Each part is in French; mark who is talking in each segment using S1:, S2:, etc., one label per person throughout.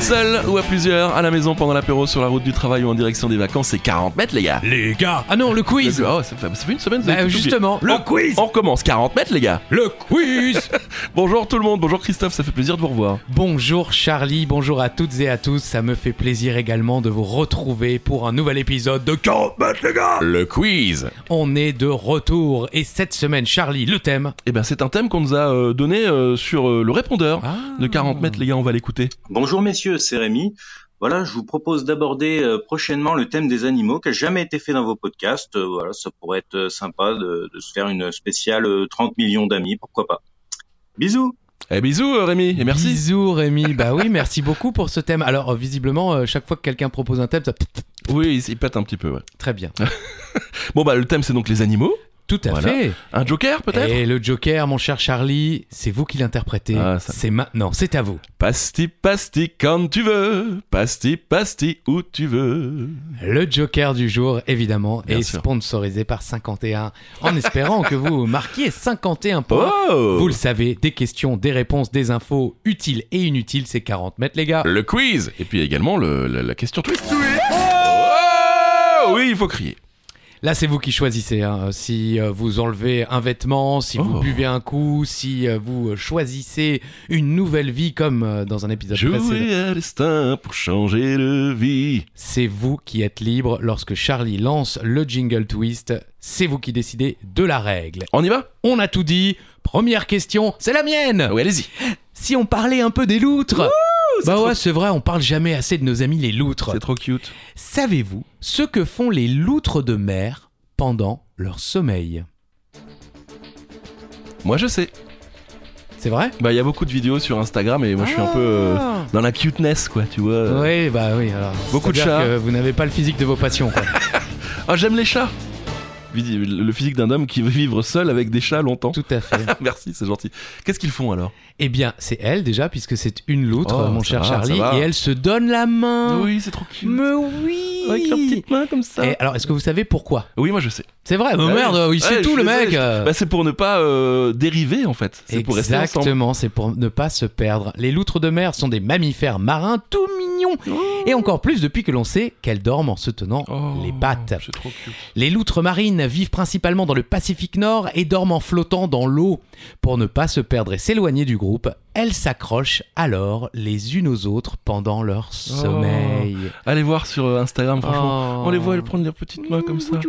S1: Seul ou à plusieurs, à la maison pendant l'apéro, sur la route du travail ou en direction des vacances, c'est 40 mètres, les gars.
S2: Les gars.
S3: Ah non, le quiz
S1: Le- oh, ça, fait, ça fait une semaine. vous
S3: Bah,
S1: avez tout oublié.
S3: justement.
S1: Le
S2: Le quiz.
S1: On recommence, 40 mètres, les gars.
S2: Le quiz.
S1: Bonjour tout le monde, bonjour Christophe, ça fait plaisir de vous revoir.
S3: Bonjour Charlie, bonjour à toutes et à tous. Ça me fait plaisir également de vous retrouver pour un nouvel épisode de 40 mètres, les gars
S1: Le quiz
S3: On est de retour et cette semaine, Charlie, le thème.
S1: Eh ben, c'est un thème qu'on nous a euh, donné euh, sur euh, le répondeur
S3: Ah.
S1: de 40 mètres, les gars, on va l'écouter.
S4: Bonjour messieurs, c'est Rémi. Voilà, je vous propose d'aborder euh, prochainement le thème des animaux qui n'a jamais été fait dans vos podcasts. Euh, Voilà, ça pourrait être euh, sympa de, de se faire une spéciale euh, 30 millions d'amis, pourquoi pas. Bisous
S1: Eh, bisous euh, Rémi, et merci.
S3: Bisous Rémi, bah oui, merci beaucoup pour ce thème. Alors euh, visiblement, euh, chaque fois que quelqu'un propose un thème, ça...
S1: Oui, il- il pète un petit peu, ouais.
S3: Très bien.
S1: Bon, bah, le thème, c'est donc les animaux.
S3: Tout à
S1: Ah, Voilà.
S3: fait.
S1: Un joker, peut-être
S3: Et le Joker, mon cher Charlie, c'est vous qui l'interprétez.
S1: Ah, ça-
S3: c'est maintenant, c'est à vous.
S1: Eh. Pasti, pasti, quand tu veux. Pasti, pasti, où tu veux.
S3: Le Joker du jour, évidemment,
S1: Bien
S3: est
S1: sûr.
S3: sponsorisé par 51, en espérant que vous marquiez 51 points.
S1: Oh
S3: Vous le savez, des questions, des réponses, des infos utiles et inutiles, c'est 40 mètres, les gars.
S1: Ah, Le quiz Et puis également le- la, la question twist. Oh oui, il faut crier.
S3: Là, c'est vous qui choisissez. hein. Si euh, vous enlevez un vêtement, si
S1: Oh.
S3: vous buvez un coup, si euh, vous euh, choisissez une nouvelle vie, comme euh, dans un épisode précédent.
S1: Jouer à destin pour changer de vie.
S3: C'est vous qui êtes libre lorsque Charlie lance le jingle twist. C'est vous qui décidez de la règle.
S1: On y va
S3: On a tout dit. Première question, c'est la mienne.
S1: Oui, allez-y.
S3: Si on parlait un peu des loutres. bah
S1: trop-
S3: ouais, c'est vrai, on parle jamais assez de nos amis les loutres.
S1: C'est trop cute.
S3: Savez-vous ce que font les loutres de mer pendant leur sommeil
S1: Moi, je sais.
S3: C'est vrai
S1: Bah, il y a beaucoup de vidéos sur Instagram et moi, je suis un peu euh,
S3: Ah.
S1: dans la cuteness, quoi, tu vois.
S3: Oui, bah oui. Alors,
S1: Beaucoup de
S3: c'est-à-dire
S1: chats.
S3: que vous n'avez pas le physique de vos passions. quoi.
S1: Ah, j'aime les chats Visi- Le physique d'un homme qui veut vivre seul avec des chats longtemps.
S3: Tout à fait.
S1: Merci, c'est gentil. Qu'est-ce qu'ils font alors
S3: Eh bien, c'est elle déjà, puisque c'est une loutre,
S1: Oh,
S3: mon
S1: ça
S3: cher
S1: va, ça
S3: Charlie,
S1: va.
S3: et elle se donne la main.
S1: Oui, c'est trop cute.
S3: Mais oui.
S1: Avec leurs petites mains comme ça.
S3: Et alors, est-ce que vous savez pourquoi
S1: Eh, Oui, moi je sais.
S3: C'est vrai, mais
S1: Ouais.
S3: Oh, merde, il sait
S1: Bah Ouais,
S3: tout
S1: Ah je
S3: le
S1: suis désolé,
S3: mec.
S1: je-
S3: euh.
S1: Bah, c'est pour ne pas euh, dériver en fait. C'est pour rester ensemble.
S3: Exactement, c'est pour ne pas se perdre. Les loutres de mer sont des mammifères marins tout mignons. Et encore plus depuis que l'on sait qu'elles dorment en se tenant
S1: Oh.
S3: les pattes.
S1: C'est trop cute.
S3: Les loutres marines vivent principalement dans le Pacifique Nord et dorment en flottant dans l'eau. Pour ne pas se perdre et s'éloigner du groupe, elles s'accrochent alors les unes aux autres pendant leur
S1: Oh.
S3: sommeil.
S1: Allez voir sur euh, Instagram, franchement.
S3: Oh.
S1: On les voit, elles prennent leurs petites mains comme ça.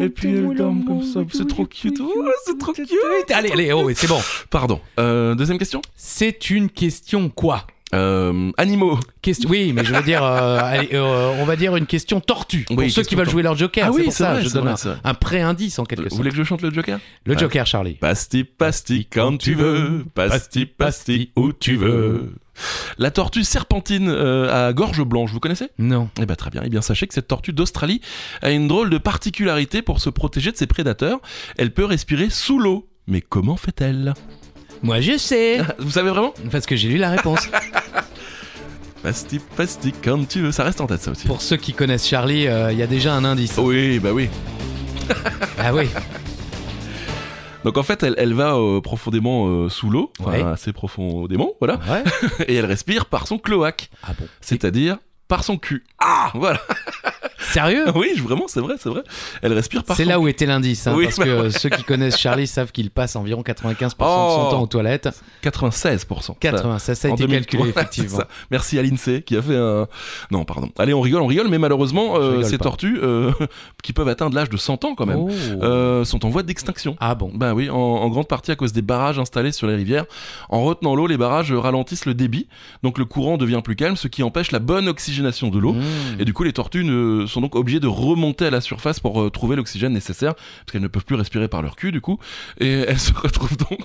S1: Et puis elles dorment comme ça. C'est trop cute. Oh, c'est trop cute.
S3: Allez, allez, oh, c'est bon.
S1: Pardon. Euh, deuxième question.
S3: C'est une question quoi
S1: Euh, animaux.
S3: Question- Oui, mais je veux dire, euh, allez, euh, on va dire une question tortue.
S1: Oui,
S3: pour ceux qui
S1: question
S3: veulent jouer leur Joker,
S1: Ah
S3: c'est
S1: oui,
S3: pour
S1: c'est
S3: ça
S1: vrai,
S3: je
S1: c'est
S3: donne
S1: vrai, Euh,
S3: un-
S1: c'est vrai.
S3: un, pré-indice en quelque
S1: Vous
S3: sorte.
S1: voulez que je chante le Joker
S3: Le
S1: Ouais.
S3: Joker, Charlie.
S1: Pasti, pasti, quand tu veux. Pasti, pasti, où tu veux. La tortue serpentine euh, à gorge blanche, vous connaissez
S3: Non.
S1: Eh ben très bien. Eh bien sachez que cette tortue d'Australie a une drôle de particularité pour se protéger de ses prédateurs. Elle peut respirer sous l'eau. Mais comment fait-elle
S3: Moi, je sais.
S1: Vous savez vraiment
S3: parce que j'ai lu la réponse.
S1: Pasti, pasti, quand tu veux. Ça reste en tête ça aussi.
S3: pour ceux qui connaissent Charlie, euh, il y a déjà un indice.
S1: Oui, bah oui.
S3: Ah oui.
S1: Donc en fait, elle, elle va euh, profondément euh, sous l'eau, enfin
S3: Ouais.
S1: assez profondément, voilà,
S3: Ouais.
S1: et elle respire par son cloaque,
S3: Ah bon.
S1: c'est-à-dire par son cul. Ah, voilà.
S3: Sérieux
S1: Oui, je- vraiment, c'est vrai, c'est vrai. Elle respire par
S3: C'est
S1: son
S3: là où était l'indice, hein,
S1: Oui,
S3: parce
S1: bah
S3: que ceux qui connaissent Charlie savent qu'il passe environ 95% de
S1: Oh.
S3: son temps aux toilettes.
S1: 96%. ça-
S3: 80, ça, ça a
S1: En
S3: été
S1: 2003,
S3: calculé,
S1: c'est
S3: effectivement.
S1: ça. Merci à l'INSEE qui a fait un. Non, pardon. Allez, on rigole, on rigole, mais malheureusement,
S3: Je
S1: euh,
S3: rigole
S1: ces
S3: pas.
S1: tortues, euh, qui peuvent atteindre l'âge de 100 ans quand même,
S3: Oh.
S1: euh, sont en voie d'extinction.
S3: Ah bon.
S1: Bah oui, en, en grande partie à cause des barrages installés sur les rivières. En retenant l'eau, les barrages ralentissent le débit, donc le courant devient plus calme, ce qui empêche la bonne oxygénation de l'eau.
S3: Mmh.
S1: Et du coup, les tortues ne- sont donc obligées de remonter à la surface pour euh, trouver l'oxygène nécessaire, parce qu'elles ne peuvent plus respirer par leur cul, du coup. Et elles se retrouvent donc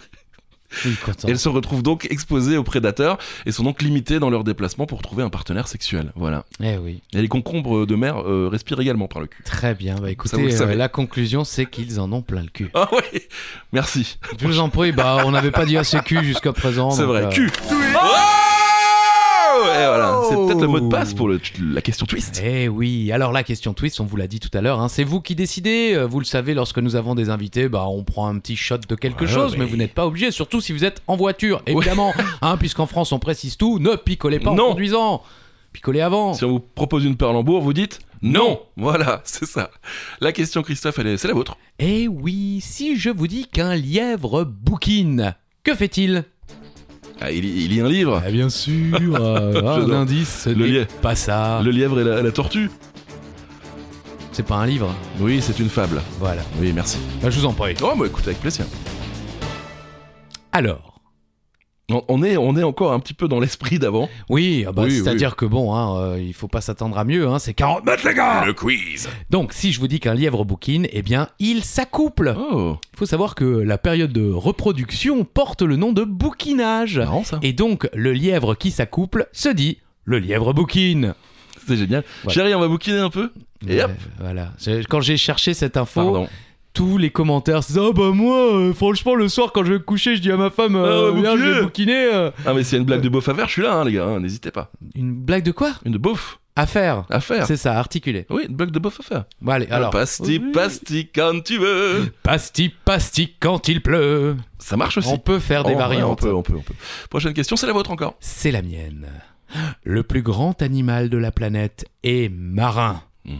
S3: Oui, content.
S1: et elles se retrouvent donc exposées aux prédateurs et sont donc limitées dans leur déplacement pour trouver un partenaire sexuel. Voilà.
S3: Eh oui.
S1: Et les concombres de mer euh, respirent également par le cul.
S3: Très bien, bah
S1: vous le
S3: écoutez, euh,
S1: savez.
S3: la conclusion c'est qu'ils en ont plein le cul.
S1: Ah oui Merci.
S3: Je Oh vous en prie, bah on n'avait pas dit assez cul jusqu'à présent.
S1: C'est
S3: donc,
S1: vrai.
S3: euh,
S1: Cul Oh et voilà. C'est peut-être le mot de passe pour le- la question twist.
S3: Eh oui, alors la question twist, on vous l'a dit tout à l'heure, hein, c'est vous qui décidez. Euh, Vous le savez, lorsque nous avons des invités, bah, on prend un petit shot de quelque
S1: Ouais,
S3: chose, mais
S1: mais-
S3: vous n'êtes pas obligé, surtout si vous êtes en voiture, évidemment. hein, Puisqu'en France, on précise tout, ne picolez pas en
S1: Non.
S3: conduisant. Picolez avant.
S1: Si on vous propose une perlembourg, vous dites non. Voilà, c'est ça. La question, Christophe, elle est, c'est la vôtre.
S3: Eh oui, si je vous dis qu'un lièvre bouquine, que fait-il
S1: Ah, il, il lit un livre.
S3: Bien sûr,
S1: J'adore.
S3: indice, ce
S1: Le
S3: n'est
S1: lièvre.
S3: pas ça.
S1: Le lièvre et la, la tortue.
S3: C'est pas un livre,
S1: Oui, c'est une fable.
S3: voilà.
S1: Oui, merci.
S3: Bah, je vous en prie.
S1: Oh, bah écoute, avec plaisir.
S3: Alors,
S1: On, on est, on est encore un petit peu dans l'esprit d'avant.
S3: oui, ah bah,
S1: Oui,
S3: c'est-à-dire que bon, hein, euh, il faut pas s'attendre à mieux, hein, c'est 40
S1: les gars Le quiz
S3: Donc, si je vous dis qu'un lièvre bouquine, eh bien, il s'accouple.
S1: Oh,
S3: Il faut savoir que la période de reproduction porte le nom de bouquinage.
S1: marrant ça.
S3: Et donc, le lièvre qui s'accouple se dit le lièvre bouquine.
S1: C'est génial.
S3: Voilà.
S1: Chérie, on va bouquiner un peu Et hop.
S3: Voilà. J'ai- Quand j'ai cherché cette info,
S1: Pardon.
S3: tous les commentaires se disaient Ah bah moi, euh, franchement, le soir, quand je vais me coucher, je dis à ma femme euh,
S1: Ah ouais,
S3: Viens, je vais
S1: bouquiner.
S3: bouquiner. euh.
S1: Ah, mais s'il y a une blague de beauf à faire, je suis là, hein, les gars, hein, n'hésitez pas.
S3: Une blague de quoi
S1: Une de beauf
S3: À faire.
S1: à faire.
S3: C'est ça, articulé.
S1: Oui, une blague de beauf à faire.
S3: Bon, allez,
S1: Alors,
S3: alors.
S1: pasti,
S3: Oui.
S1: pasti, quand tu veux.
S3: Pasti, pasti, quand il pleut.
S1: Ça marche aussi.
S3: On peut faire des
S1: Oh, ouais,
S3: variantes.
S1: on peut, on peut, on peut. Prochaine question, c'est la vôtre encore.
S3: C'est la mienne. Le plus grand animal de la planète est marin.
S1: Mhm.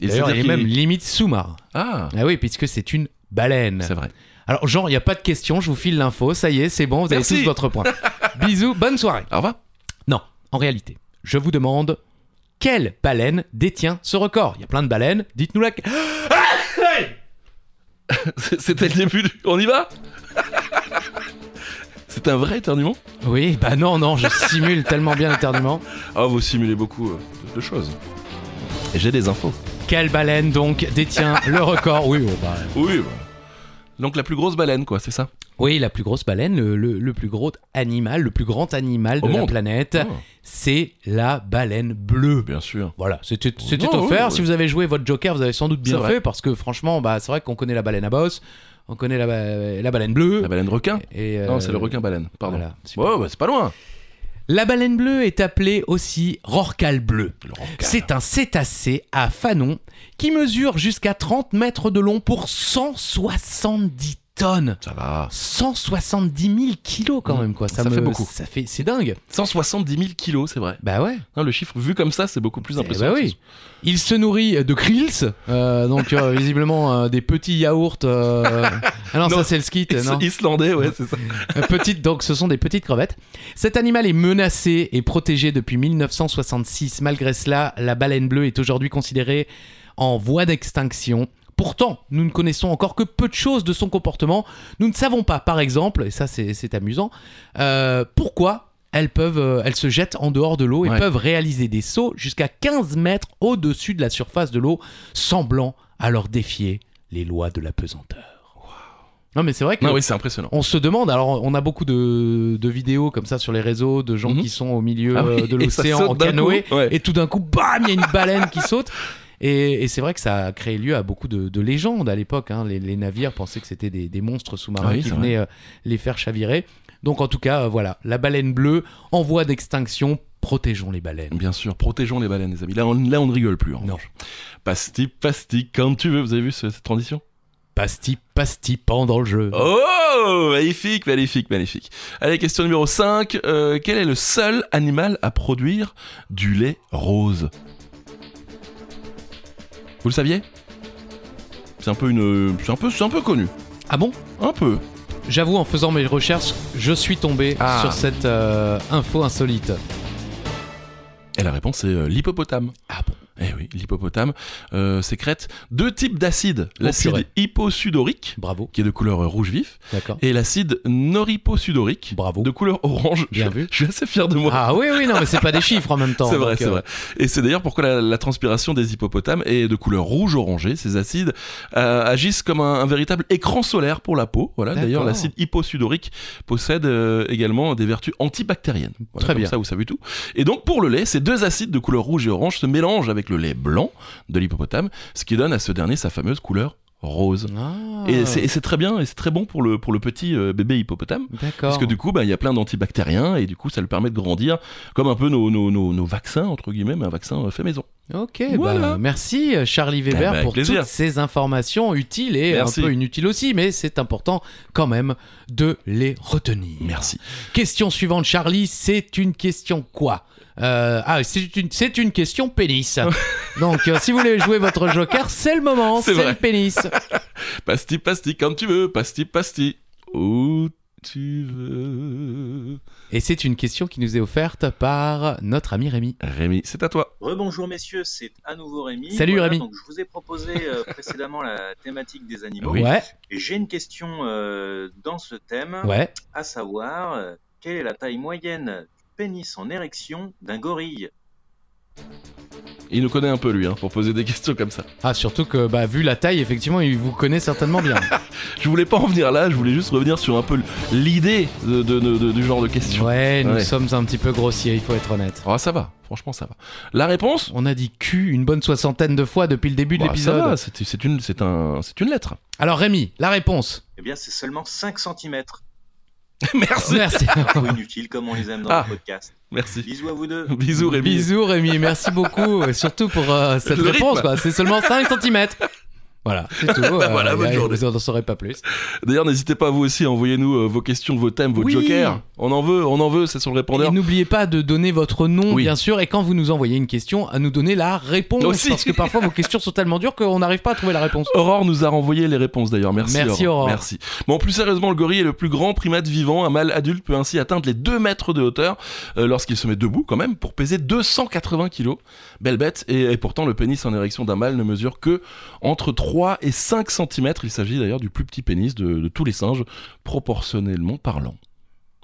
S1: Et
S3: D'ailleurs,
S1: c'est-à-dire
S3: il est
S1: qu'il
S3: même limite sous-marin.
S1: Ah,
S3: Ah oui, puisque c'est une baleine.
S1: c'est vrai.
S3: Alors, genre, il n'y a pas de question, je vous file l'info, ça y est, c'est bon, vous avez
S1: Merci.
S3: tous votre point. Bisous, bonne soirée.
S1: Au revoir.
S3: Non, en réalité, je vous demande quelle baleine détient ce record Il y a plein de baleines, dites-nous la.
S1: C'était le début du... On y va C'est un vrai éternuement
S3: Oui, bah non, non, je simule tellement bien l'éternuement.
S1: Ah, vous simulez beaucoup euh, de- de choses. Et J'ai des infos.
S3: Quelle baleine donc détient le record Oui, oh, bah,
S1: Oui, bah. Donc la plus grosse baleine, quoi, c'est ça
S3: Oui, la plus grosse baleine, le, le- le plus gros animal, le plus grand animal de
S1: Au
S3: la
S1: monde.
S3: planète,
S1: Oh,
S3: c'est la baleine bleue.
S1: Bien sûr.
S3: Voilà, c'était c'était
S1: Oh,
S3: offert.
S1: oui, oui.
S3: Si vous avez joué votre Joker, vous avez sans doute bien
S1: C'est
S3: fait
S1: vrai.
S3: parce que franchement, bah, c'est vrai qu'on connaît la baleine à bosse, on connaît la, ba- la baleine bleue.
S1: La baleine requin
S3: et, euh,
S1: Ah bah. Non, c'est le requin baleine, pardon.
S3: voilà, super.
S1: Ouais, ouais, c'est pas loin.
S3: La baleine bleue est appelée aussi rorqual bleu. C'est un cétacé à fanon qui mesure jusqu'à 30 mètres de long pour 170 tonnes.
S1: Ça va.
S3: 170 000 kilos quand
S1: Mmh.
S3: même quoi. Ça,
S1: Ça
S3: me-
S1: fait beaucoup.
S3: Ça fait, c'est dingue.
S1: 170 000 kilos, c'est vrai.
S3: Bah ouais.
S1: Hein, le chiffre vu comme ça, c'est beaucoup plus
S3: Eh
S1: impressionnant.
S3: bah oui. Il se nourrit de krills, euh, donc euh, visiblement euh, des petits yaourts. euh, ah non,
S1: Non,
S3: ça c'est le skit.
S1: Is-
S3: non.
S1: Islandais, ouais, c'est ça.
S3: Euh, Petites, donc ce sont des petites crevettes. Cet animal est menacé et protégé depuis 1966. Malgré cela, la baleine bleue est aujourd'hui considérée en voie d'extinction. Pourtant, nous ne connaissons encore que peu de choses de son comportement. Nous ne savons pas, par exemple, et ça c'est c'est amusant, euh, pourquoi elles, peuvent, euh, elles se jettent en dehors de l'eau et
S1: Ouais.
S3: peuvent réaliser des sauts jusqu'à 15 mètres au-dessus de la surface de l'eau, semblant alors défier les lois de la pesanteur. Non mais c'est vrai que
S1: Non, oui, c'est impressionnant.
S3: on se demande, alors on a beaucoup de, de vidéos comme ça sur les réseaux de gens
S1: Mhm.
S3: qui sont au milieu
S1: Ah oui,
S3: euh, de
S1: et ça
S3: l'océan
S1: saute
S3: en
S1: d'un
S3: canoë
S1: coup, ouais.
S3: et tout d'un coup, bam, il y a une baleine qui saute. Et, et c'est vrai que ça a créé lieu à beaucoup de, de légendes à l'époque. hein. Les, les navires pensaient que c'était des, des monstres sous-marins
S1: Ah oui,
S3: qui
S1: c'est vrai.
S3: venaient euh, les faire chavirer. Donc en tout cas, euh, voilà, la baleine bleue en voie d'extinction, protégeons les baleines.
S1: Bien sûr, protégeons les baleines, les amis. Là, on, là, on ne rigole plus. hein.
S3: Non,
S1: Pasti, pasti, quand tu veux. Vous avez vu ce- cette transition
S3: pasti, pasti, pan dans le jeu.
S1: Oh Magnifique, magnifique, magnifique. Allez, question numéro 5. quel est le seul animal à produire du lait rose Vous le saviez C'est un peu une. C'est un peu, c'est un peu connu.
S3: Ah bon
S1: Un peu.
S3: J'avoue, en faisant mes recherches, je suis tombé
S1: Ah.
S3: sur cette euh, info insolite.
S1: Et la réponse est euh, l'hippopotame.
S3: Ah bon
S1: Eh oui, l'hippopotame euh, sécrète deux types d'acides.
S3: Oh, purée.
S1: L'acide hyposudorique,
S3: Bravo.
S1: qui est de couleur euh, rouge vif,
S3: D'accord.
S1: et l'acide noriposudorique,
S3: Bravo.
S1: de couleur orange.
S3: Bien
S1: je,
S3: vu.
S1: je suis assez fier de moi.
S3: Ah oui, oui, non, mais c'est pas des chiffres en même temps.
S1: C'est vrai,
S3: donc,
S1: c'est
S3: euh,
S1: vrai. Et c'est d'ailleurs pourquoi la, la transpiration des hippopotames est de couleur rouge orangé. Ces acides euh, agissent comme un, un véritable écran solaire pour la peau. Voilà.
S3: D'accord.
S1: D'ailleurs, l'acide hyposudorique possède euh, également des vertus antibactériennes. Voilà,
S3: Très
S1: comme
S3: bien.
S1: Ça, vous savez tout. Et donc, pour le lait, ces deux acides de couleur rouge et orange se mélangent avec le lait blanc de l'hippopotame, ce qui donne à ce dernier sa fameuse couleur rose.
S3: Ah,
S1: Et c'est et c'est très bien, et c'est très bon pour le, pour le petit euh, bébé hippopotame.
S3: D'accord.
S1: Parce que du coup, bah, il y a plein d'antibactériens et du coup, ça le permet de grandir comme un peu nos, nos, nos, nos vaccins, entre guillemets, mais un vaccin euh, fait maison.
S3: Ok,
S1: Voilà.
S3: bah, merci euh, Charlie
S1: Eh ben,
S3: Weber
S1: avec
S3: pour
S1: plaisir.
S3: toutes ces informations utiles et
S1: Merci.
S3: un peu inutiles aussi, mais c'est important quand même de les retenir.
S1: Merci.
S3: Question suivante, Charlie, c'est une question quoi Euh, Ah, c'est une, c'est une question pénis. Donc, euh, si vous voulez jouer votre joker, c'est le moment,
S1: C'est
S3: c'est
S1: vrai.
S3: le pénis.
S1: Pasti, pasti, comme tu veux, pasti, pasti. Où tu veux.
S3: Et c'est une question qui nous est offerte par notre ami Rémi.
S1: Rémi, c'est à toi.
S4: Rebonjour messieurs, c'est à nouveau Rémi.
S3: Salut,
S4: Voilà,
S3: Rémi.
S4: Donc je vous ai proposé euh, précédemment la thématique des animaux.
S1: Oui.
S3: Ouais,
S4: Et j'ai une question euh, dans ce thème,
S3: ouais.
S4: à savoir euh, quelle est la taille moyenne du pénis en érection d'un gorille
S1: Il nous connaît un peu, lui, hein, pour poser des questions comme ça.
S3: Ah, surtout que, bah, vu la taille, effectivement, il vous connaît certainement bien.
S1: Je voulais pas en venir là, je voulais juste revenir sur un peu l'idée de, de- de- de- du genre de question.
S3: Ouais, nous
S1: Ouais.
S3: sommes un petit peu grossiers, il faut être honnête.
S1: Ah, ça va, franchement, ça va. La réponse
S3: On a dit cul une bonne soixantaine de fois depuis le début de
S1: Bah, Ça va,
S3: l'épisode.
S1: c'est c'est une, c'est un, c'est une lettre.
S3: Alors Rémi, la réponse.
S4: Eh bien c'est seulement 5 cm.
S1: merci,
S3: Merci.
S4: Ou inutile comme on les aime dans
S1: Ah.
S4: le podcast.
S1: merci.
S4: Bisous à vous deux.
S1: Bisous, Rémi.
S3: Bisous Rémi, merci beaucoup, et surtout pour euh, cette
S1: Le
S3: réponse.
S1: rythme.
S3: quoi. C'est seulement 5 cm. Voilà, c'est tout. euh,
S1: Voilà, bonne
S3: et, euh,
S1: journée.
S3: Vous n'en saurez pas plus.
S1: D'ailleurs, n'hésitez pas, vous aussi, à envoyer-nous euh, vos questions, vos thèmes, vos
S3: Oui.
S1: jokers. On en veut, on en veut, c'est sur le
S3: Et
S1: répondeur.
S3: n'oubliez pas de donner votre nom,
S1: Oui.
S3: bien sûr, et quand vous nous envoyez une question, à nous donner la réponse.
S1: Aussi.
S3: Parce que parfois vos questions sont tellement dures qu'on n'arrive pas à trouver la réponse.
S1: Aurore nous a renvoyé les réponses d'ailleurs. Merci,
S3: Merci, Aurore.
S1: Merci. Bon, plus sérieusement, le gorille est le plus grand primate vivant. Un mâle adulte peut ainsi atteindre les 2 mètres de hauteur euh, lorsqu'il se met debout, quand même, pour péser 280 kilos. Belle bête. Et, et pourtant, le pénis en érection d'un mâle ne mesure que entre 3 et 5 cm. Il s'agit d'ailleurs du plus petit pénis de, de tous les singes, proportionnellement parlant.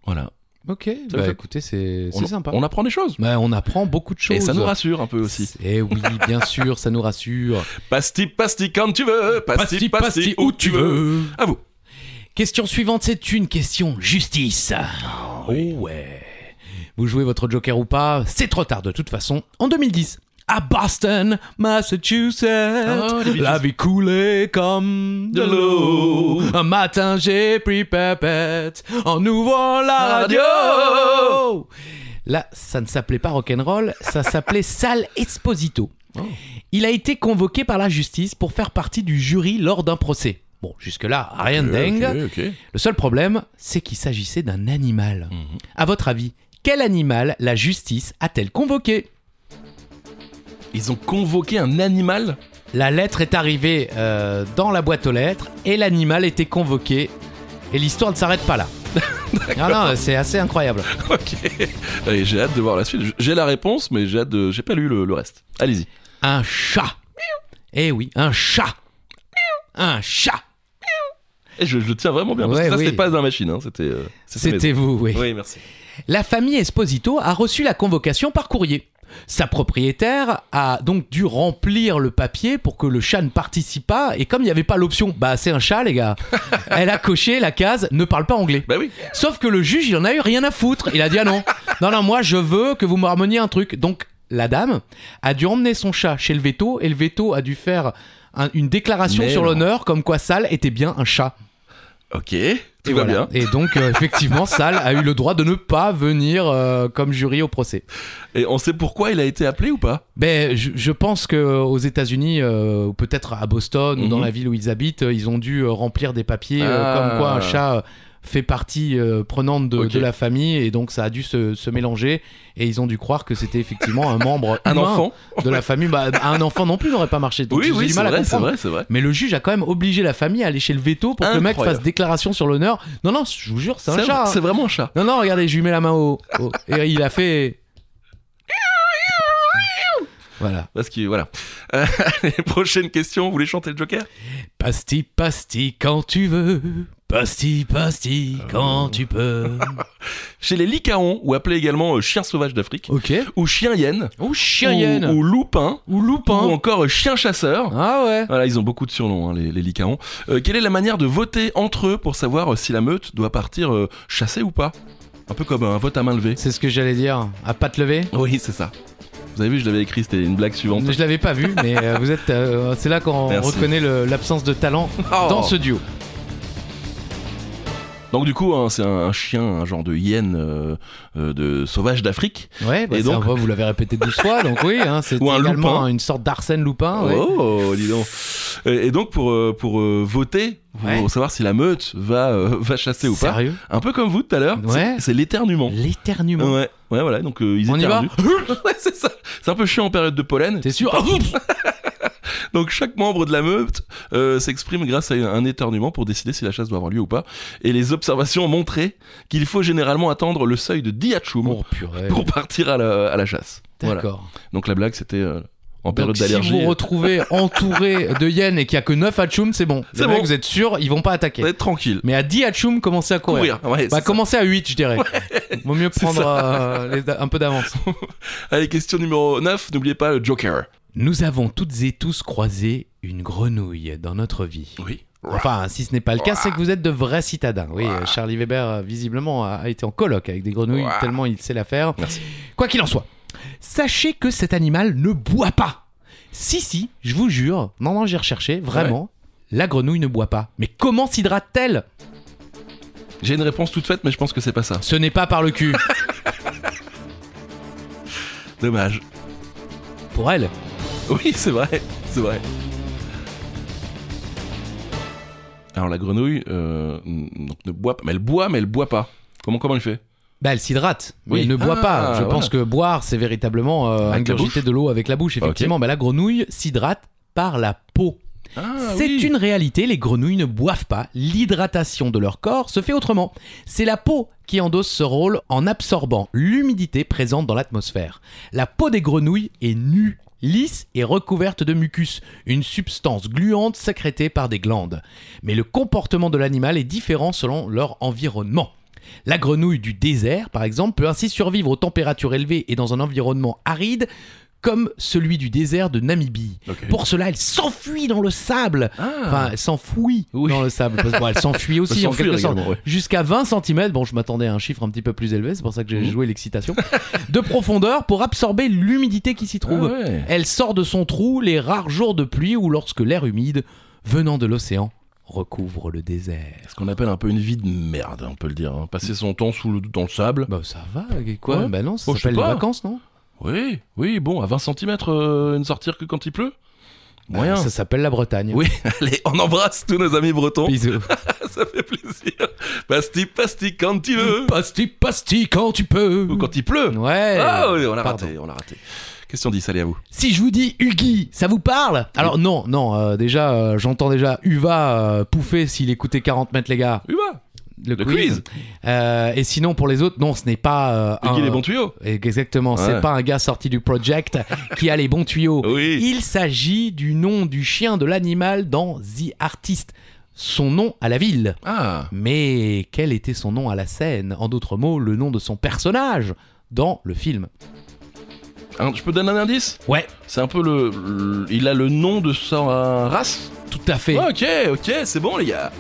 S1: Voilà.
S3: Ok,
S1: Ça
S3: bah
S1: fait-
S3: écoutez, c'est c'est
S1: On-
S3: sympa.
S1: On apprend des choses.
S3: Bah, on apprend beaucoup de choses.
S1: Et ça nous rassure un peu aussi.
S3: Et oui, bien sûr, ça nous rassure.
S1: Pasti, pasti, quand tu veux. Pasti, pasti, où tu veux. À vous.
S3: Question suivante, c'est une question justice.
S1: Ah
S3: Oh, ouais. Vous jouez votre Joker ou pas C'est trop tard de toute façon. En 2010, à Boston, Massachusetts,
S1: Oh, les Beatles.
S3: la vie coulait comme de
S1: De l'eau.
S3: l'eau. Un matin, j'ai pris Pépette en ouvrant la
S1: La radio.
S3: radio. Là, ça ne s'appelait pas rock'n'roll, ça s'appelait Sal Esposito. Il a été convoqué par la justice pour faire partie du jury lors d'un procès. Bon, jusque-là, rien de dingue.
S1: Ok, ok.
S3: Le seul problème, c'est qu'il s'agissait d'un animal.
S1: Mhm.
S3: À votre avis, quel animal la justice a-t-elle convoqué
S1: Ils ont convoqué un animal
S3: La lettre est arrivée euh, dans la boîte aux lettres et l'animal était convoqué. Et l'histoire ne s'arrête pas là. non, non, c'est assez incroyable.
S1: Ok. Allez, j'ai hâte de voir la suite. J- J'ai la réponse, mais j'ai hâte de... J'ai pas lu le, le reste. Allez-y.
S3: Un chat. Eh oui, un chat. Un chat.
S1: Et je, je le tiens vraiment bien, parce
S3: Ouais,
S1: que ça,
S3: oui.
S1: c'était pas dans la machine, hein, c'était... euh, c'était
S3: C'était vous, oui.
S1: maison. Oui, merci.
S3: La famille Esposito a reçu la convocation par courrier. Sa propriétaire a donc dû remplir le papier pour que le chat ne participe pas et comme il n'y avait pas l'option, bah c'est un chat les gars, elle a coché la case ne parle pas anglais.
S1: Bah oui.
S3: Sauf que le juge il en a eu rien à foutre, il a dit ah non, non non moi je veux que vous me rameniez un truc. Donc la dame a dû emmener son chat chez le veto et le veto a dû faire un- une déclaration
S1: Mais
S3: sur
S1: non.
S3: l'honneur comme quoi Sal était bien un chat.
S1: Ok, tout va
S3: Et voilà.
S1: bien.
S3: Et donc, euh, effectivement, Sal a eu le droit de ne pas venir euh, comme jury au procès.
S1: Et on sait pourquoi il a été appelé ou pas
S3: Ben, je, je pense que aux États-Unis, euh, ou peut-être à Boston ou dans
S1: Mhm.
S3: la ville où ils habitent, euh, ils ont dû euh, remplir des papiers euh,
S1: Ah.
S3: comme quoi un chat euh, fait partie euh, prenante de,
S1: Ok.
S3: de la famille et donc ça a dû se, se mélanger et ils ont dû croire que c'était effectivement un membre
S1: Un
S3: humain
S1: enfant
S3: de la famille. Bah, un enfant non plus n'aurait pas marché. Donc
S1: Oui,
S3: j'ai
S1: oui,
S3: du
S1: c'est
S3: mal à
S1: vrai, c'est
S3: comprendre.
S1: vrai, c'est vrai.
S3: Mais le juge a quand même obligé la famille à aller chez le veto pour que le mec
S1: Incroyable.
S3: fasse déclaration sur l'honneur. Non, non, je vous jure, c'est un chat. hein.
S1: C'est vraiment un chat.
S3: Non, non, regardez, je lui mets la main au. au- et il a fait. Voilà.
S1: Parce que, voilà. Euh, allez, prochaine question, vous voulez chanter le Joker
S3: Pasti, pasti, quand tu veux. Pasti, pasti, quand tu peux.
S1: Chez les licaons, ou appelés également euh, chiens sauvages d'Afrique,
S3: Ok.
S1: ou chiens hyènes,
S3: Ou
S1: ou,
S3: chien
S1: ou loupins,
S3: Oh, Ou,
S1: ou
S3: loupin.
S1: encore euh, chiens chasseurs.
S3: Ah ouais.
S1: Voilà, ils ont beaucoup de surnoms, hein, les, les licaons. Euh, quelle est la manière de voter entre eux pour savoir euh, si la meute doit partir euh, chasser ou pas Un peu comme un vote à main levée.
S3: C'est ce que j'allais dire. À pas te lever.
S1: Oui, c'est ça. Vous avez vu, je l'avais écrit, c'était une blague suivante.
S3: Je l'avais pas vu, mais euh, vous êtes. euh, c'est là qu'on
S1: Merci.
S3: reconnaît le- l'absence de talent
S1: Oh.
S3: dans ce duo.
S1: Donc du coup, hein, c'est un, un chien, un genre de hyène euh, euh, de sauvage d'Afrique.
S3: Ouais, bah,
S1: Et
S3: c'est
S1: donc-
S3: un- vous l'avez répété 12 fois, donc oui, hein, c'est
S1: Ou un
S3: également
S1: Lupin.
S3: une sorte d'Arsène Lupin. Ah ouais.
S1: Oh, dis donc. Et, et donc pour euh, pour euh, voter, pour
S3: Ouais.
S1: savoir si la meute va euh, va chasser ou pas.
S3: Sérieux
S1: Un peu comme vous tout à l'heure. c'est-
S3: Ouais.
S1: C'est l'éternuement.
S3: L'éternuement.
S1: Ouais, ouais, voilà. Donc euh, ils
S3: On y
S1: éternuent. ouais, c'est ça. C'est un peu chiant en période de pollen.
S3: T'es sûr Ah
S1: Donc chaque membre de la meute euh, s'exprime grâce à un éternuement pour décider si la chasse doit avoir lieu ou pas. Et les observations ont montré qu'il faut généralement attendre le seuil de 10 hatchoum
S3: Oh purée.
S1: pour partir à la, à la chasse. Voilà.
S3: D'accord.
S1: Donc la blague c'était euh, en période
S3: Donc, si
S1: d'allergie.
S3: vous vous retrouvez entouré de hyènes et qu'il n'y a que 9 Hachoum, c'est bon. Les
S1: C'est
S3: mecs,
S1: bon.
S3: vous êtes sûr, ils vont pas attaquer.
S1: Vous êtes euh, tranquille.
S3: Mais à 10 Hachoum, commencez à courir.
S1: Courir. Ouais, c'est
S3: Bah,
S1: ça.
S3: commencez à 8, je dirais. Vaut mieux
S1: C'est
S3: prendre euh, les- un peu d'avance.
S1: Allez, question numéro 9, n'oubliez pas le Joker.
S3: Nous avons toutes et tous croisé une grenouille dans notre vie.
S1: Oui.
S3: Enfin, si ce n'est pas le cas, c'est que vous êtes de vrais citadins. Oui, euh, Charlie Weber, euh, visiblement, a- a été en colloque avec des grenouilles,
S1: Ouah.
S3: tellement il sait la faire.
S1: Merci.
S3: Quoi qu'il en soit, sachez que cet animal ne boit pas. Si, si, je vous jure, non, non, j'ai recherché, vraiment, la grenouille ne boit pas. Mais comment s'hydrate-t-elle
S1: J'ai une réponse toute faite, mais je pense que c'est pas ça.
S3: Ce n'est pas par le cul.
S1: Dommage.
S3: Pour elle,
S1: Oui, c'est vrai. C'est vrai. Alors la grenouille euh, donc ne boit pas. Mais elle boit, mais elle boit pas. Comment, comment elle fait
S3: bah, elle s'hydrate, mais
S1: Oui.
S3: elle ne boit
S1: Ah,
S3: pas. Je
S1: voilà.
S3: pense que boire, c'est véritablement euh,
S1: Avec la
S3: ingurgiter de l'eau avec la bouche, effectivement. Bah, la grenouille s'hydrate par la peau.
S1: Ah,
S3: C'est
S1: oui.
S3: une réalité, les grenouilles ne boivent pas. L'hydratation de leur corps se fait autrement. C'est la peau qui endosse ce rôle en absorbant l'humidité présente dans l'atmosphère. La peau des grenouilles est nue, lisse et recouverte de mucus, une substance gluante sécrétée par des glandes. Mais le comportement de l'animal est différent selon leur environnement. La grenouille du désert, par exemple, peut ainsi survivre aux températures élevées et dans un environnement aride comme celui du désert de Namibie.
S1: Ok.
S3: Pour cela, elle s'enfuit dans le sable.
S1: Ah.
S3: Enfin, elle s'enfouit dans le sable. Parce que, bon, elle s'enfuit aussi, en
S1: s'enfuir
S3: quelque sorte.
S1: également, ouais.
S3: Jusqu'à 20 cm, bon je m'attendais à un chiffre un petit peu plus élevé, c'est pour ça que
S1: Mhm.
S3: j'ai joué l'excitation, de profondeur pour absorber l'humidité qui s'y trouve.
S1: Ah ouais.
S3: Elle sort de son trou les rares jours de pluie ou lorsque l'air humide venant de l'océan recouvre le désert.
S1: Ce qu'on appelle un peu une vie de merde, on peut le dire. hein. Passer son temps sous le- dans le sable.
S3: Bah ça va, quoi
S1: Ouais.
S3: Bah non, ça
S1: Oh, je sais
S3: s'appelle les
S1: pas.
S3: vacances, non
S1: Oui, oui, bon, à 20 cm, ne sortir que quand il pleut Moyen.
S3: Bah, Ça s'appelle la Bretagne.
S1: Oui, allez, on embrasse tous nos amis bretons.
S3: Bisous.
S1: Ça fait plaisir. Pasti, pasti, quand tu veux.
S3: Pasti, pasti quand tu peux.
S1: Ou quand il pleut.
S3: Ouais.
S1: Ah oui, on l'a
S3: Eh, Pardon.
S1: raté, on l'a raté. Question 10, allez à vous.
S3: Si je vous dis Huggy, ça vous parle Alors non, non, euh, déjà, euh, j'entends déjà Uva euh, pouffer s'il écoutait 40 mètres, les gars.
S1: Uva, le quiz.
S3: Euh, et sinon, pour les autres, non, ce n'est pas... euh,
S1: Huggy
S3: un-
S1: les bons tuyaux.
S3: Exactement, c'est
S1: Ouais. Ah
S3: pas un gars sorti du project qui a les bons tuyaux.
S1: Oui.
S3: Il s'agit du nom du chien de l'animal dans The Artist. Son nom à la ville.
S1: Ah,
S3: Mais quel était son nom à la scène En d'autres mots, le nom de son personnage dans le film.
S1: un- je peux donner un indice
S3: Ouais,
S1: C'est un peu le, le- Il a le nom de sa race Ah,
S3: tout à fait.
S1: Ok, ok, c'est bon les gars.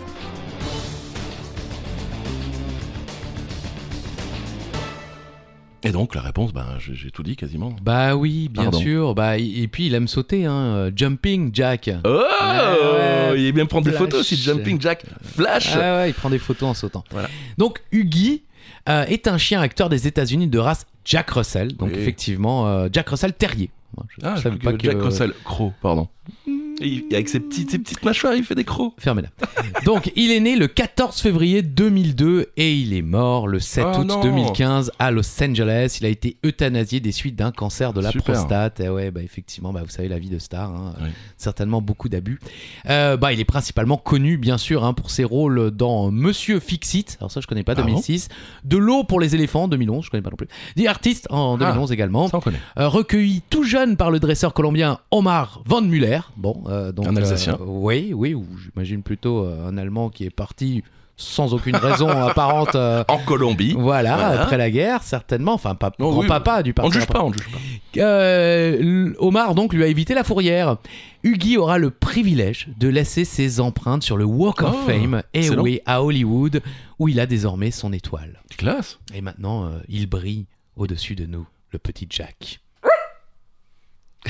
S1: Et donc la réponse, ben, j'ai j'ai tout dit quasiment.
S3: Bah oui, bien
S1: Pardon.
S3: sûr. Bah, et et puis il aime sauter, hein. euh, Jumping Jack.
S1: Oh
S3: Ah Ouais, ouais.
S1: Il aime bien prendre des
S3: Flash.
S1: photos aussi, Jumping Jack Flash
S3: Ah ouais, il prend des photos en sautant.
S1: Voilà.
S3: Donc Huggy euh, est un chien acteur des États-Unis de race Jack Russell. Donc
S1: Oui.
S3: effectivement, euh, Jack Russell terrier. Moi, Je
S1: Ah, je
S3: savais
S1: crois que Jack Russell, Crow, pardon. Et il- avec ses, petites ses petites mâchoires, il fait des crocs.
S3: Fermez-la. Donc, il est né le 14 février 2002 et il est mort le 7
S1: Ah
S3: août
S1: non.
S3: 2015 à Los Angeles. Il a été euthanasié des suites d'un cancer de la
S1: Super.
S3: prostate. Et ouais, bah effectivement, bah, vous savez la vie de star, hein.
S1: Oui.
S3: certainement beaucoup d'abus. Euh, bah, il est principalement connu, bien sûr, hein, pour ses rôles dans Monsieur Fixit. Alors ça, je connais pas
S1: Ah bon
S3: 2006. de l'eau pour les éléphants 2011, je connais pas non plus. The Artist en 2011 également.
S1: Ah, Ça, on connaît.
S3: Euh, recueilli tout jeune par le dresseur colombien Omar Van Muller. Bon, euh, donc,
S1: Un Alsacien.
S3: euh, oui, oui, ou j'imagine plutôt euh, un Allemand qui est parti sans aucune raison apparente. euh,
S1: En Colombie.
S3: voilà,
S1: Voilà.
S3: après la guerre, certainement. Enfin, pas
S1: Oh, oui,
S3: grand-papa du parti.
S1: on ne juge pas, on ne juge pas.
S3: Euh, l- Omar donc lui a évité la fourrière. Huggy aura le privilège de laisser ses empreintes sur le Walk of
S1: Oh,
S3: Fame, et
S1: excellent.
S3: oui, à Hollywood, où il a désormais son étoile.
S1: Classe.
S3: Et maintenant, euh, il brille au-dessus de nous, le petit Jack.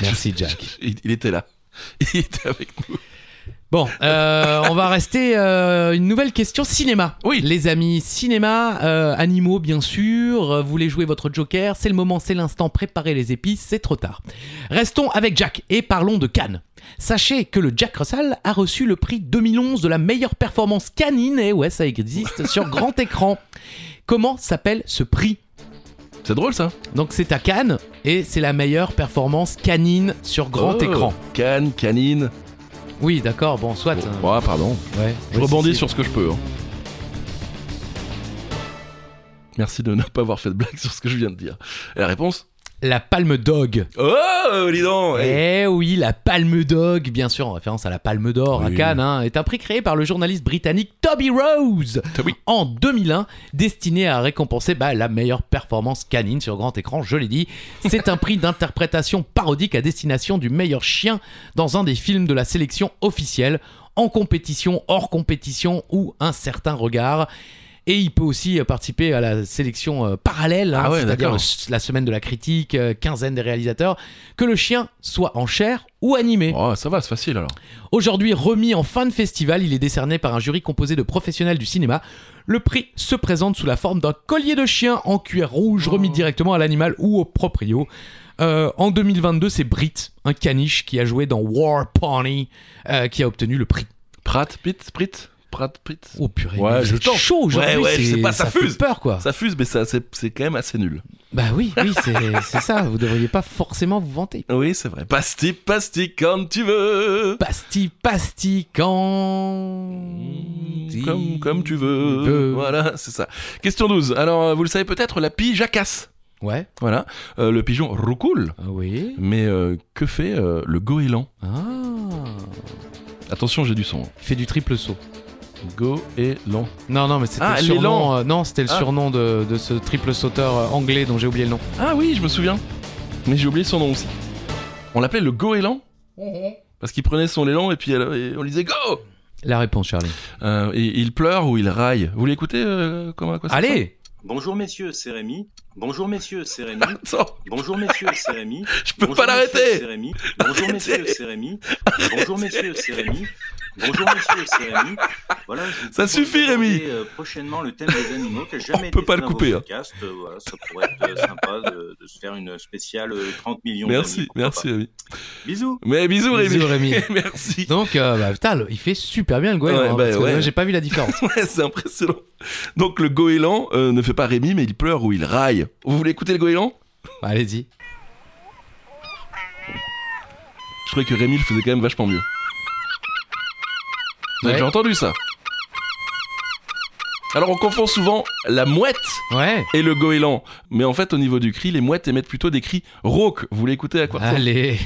S3: Merci, Jack.
S1: Il, il était là. Il était avec nous.
S3: Bon, euh, on va rester euh, une nouvelle question cinéma.
S1: Oui.
S3: Les amis, cinéma, euh, animaux bien sûr, euh, vous voulez jouer votre joker, c'est le moment, c'est l'instant, préparez les épices, c'est trop tard. Restons avec Jack et parlons de Cannes. Sachez que le Jack Russell a reçu le prix 2011 de la meilleure performance canine, et ouais ça existe, sur grand écran. Comment s'appelle ce prix
S1: C'est drôle ça.
S3: Donc c'est à Cannes, et c'est la meilleure performance canine sur grand
S1: Oh,
S3: écran.
S1: Cannes, canine.
S3: Oui d'accord, bon soit.
S1: Oh,
S3: euh,
S1: ah, pardon.
S3: ouais,
S1: Je
S3: ouais,
S1: rebondis
S3: si, si.
S1: sur ce que je peux. hein. Merci de ne pas avoir fait de blague sur ce que je viens de dire. Et la réponse
S3: La Palme Dog.
S1: Oh, dis donc eh.
S3: Eh oui, la Palme d'Og, bien sûr, en référence à la Palme d'Or à
S1: Oui.
S3: Cannes, hein, est un prix créé par le journaliste britannique Toby Rose
S1: Toby.
S3: en 2001, destiné à récompenser bah, la meilleure performance canine sur grand écran, je l'ai dit. C'est un prix d'interprétation parodique à destination du meilleur chien dans un des films de la sélection officielle, en compétition, hors compétition ou un certain regard. Et il peut aussi euh, participer à la sélection euh, parallèle, hein,
S1: Ah ouais,
S3: c'est-à-dire
S1: d'accord.
S3: le s- la semaine de la critique, euh, quinzaine des réalisateurs, que le chien soit en chair ou animé.
S1: Oh, ça va, c'est facile alors.
S3: Aujourd'hui remis en fin de festival, il est décerné par un jury composé de professionnels du cinéma. Le prix se présente sous la forme d'un collier de chien en cuir rouge
S1: Oh.
S3: remis directement à l'animal ou au proprio. Euh, en 2022, c'est Britt, un caniche qui a joué dans War Pony, euh, qui a obtenu le prix.
S1: Pratt, Pitt, Pritt Pratt, Pitt.
S3: Oh purée,
S1: Ouais,
S3: mais
S1: je
S3: c'est
S1: tente.
S3: chaud aujourd'hui.
S1: Ouais, ouais, je
S3: c'est-
S1: sais pas, ça
S3: fait
S1: fuse.
S3: peur quoi.
S1: Ça fuse, mais ça, c'est c'est quand même assez nul.
S3: Bah oui, oui, c'est c'est ça. Vous devriez pas forcément vous vanter.
S1: Oui, c'est vrai. Pasti, pasti, quand tu veux.
S3: Pasti, pasti, quand.
S1: Mmh, Comme, comme tu veux. Voilà, c'est ça. Question 12. Alors, euh, vous le savez peut-être, la pie jacasse.
S3: Ouais.
S1: Voilà. Euh, le pigeon roucoule.
S3: Ah oui.
S1: Mais euh, que fait euh, le goéland
S3: Ah.
S1: Attention, j'ai du son.
S3: Il fait du triple saut.
S1: Goéland.
S3: Non, non, mais c'était
S1: Ah,
S3: le
S1: elle est
S3: surnom.
S1: lente.
S3: euh, non, c'était le
S1: Ah.
S3: surnom de, de ce triple sauteur euh, anglais dont j'ai oublié le nom.
S1: Ah oui, je me souviens. Mais j'ai oublié son nom aussi. On l'appelait le goéland parce qu'il prenait son élan et puis elle- et on lui disait go
S3: La réponse, Charlie.
S1: Euh, et il pleure ou il raille. Vous l'écoutez euh, comment à quoi ça
S3: Allez
S4: Bonjour messieurs, c'est Rémi. Bonjour messieurs, c'est Rémi.
S1: ressemble Attends,
S4: Bonjour messieurs, c'est Rémi.
S1: je peux
S4: Bonjour,
S1: pas
S4: messieurs, c'est
S1: l'arrêter.
S4: Rémi. Bonjour
S1: Arrêtez.
S4: messieurs, c'est Rémi. Bonjour messieurs, c'est Rémi. Bonjour messieurs, c'est Rémi. Voilà, je vous
S1: Ça
S4: propose
S1: suffit, Rémi.
S4: d'aborder, euh, prochainement le thème des animaux qui a jamais
S1: peut
S4: été
S1: pas
S4: fait
S1: le
S4: dans vos
S1: couper, hein.
S4: podcasts. Euh, voilà, ça pourrait être euh, sympa de, de se faire une spéciale euh, 30 millions d'amis,
S1: Merci,
S4: pourquoi
S1: merci Rémi.
S4: pas. Bisous.
S1: Mais bisous Rémi.
S3: Bisous, Rémi.
S1: merci.
S3: Donc, euh, bah, putain, le- il fait super bien le goéland.
S1: Ouais,
S3: hein,
S1: bah,
S3: parce que
S1: ouais.
S3: moi, J'ai pas vu la différence.
S1: Ouais, c'est impressionnant. Donc le goéland euh, ne fait pas Rémi mais il pleure ou il raille. Vous voulez écouter le goéland
S3: Bah, Allez-y.
S1: Je trouvais que Rémi le faisait quand même vachement mieux. Vous avez
S3: Ouais.
S1: déjà entendu ça Alors on confond souvent la mouette
S3: Ouais.
S1: et le goéland. Mais en fait, au niveau du cri, les mouettes émettent plutôt des cris rauques. Vous voulez écouter à quoi ça ressemble
S3: Allez.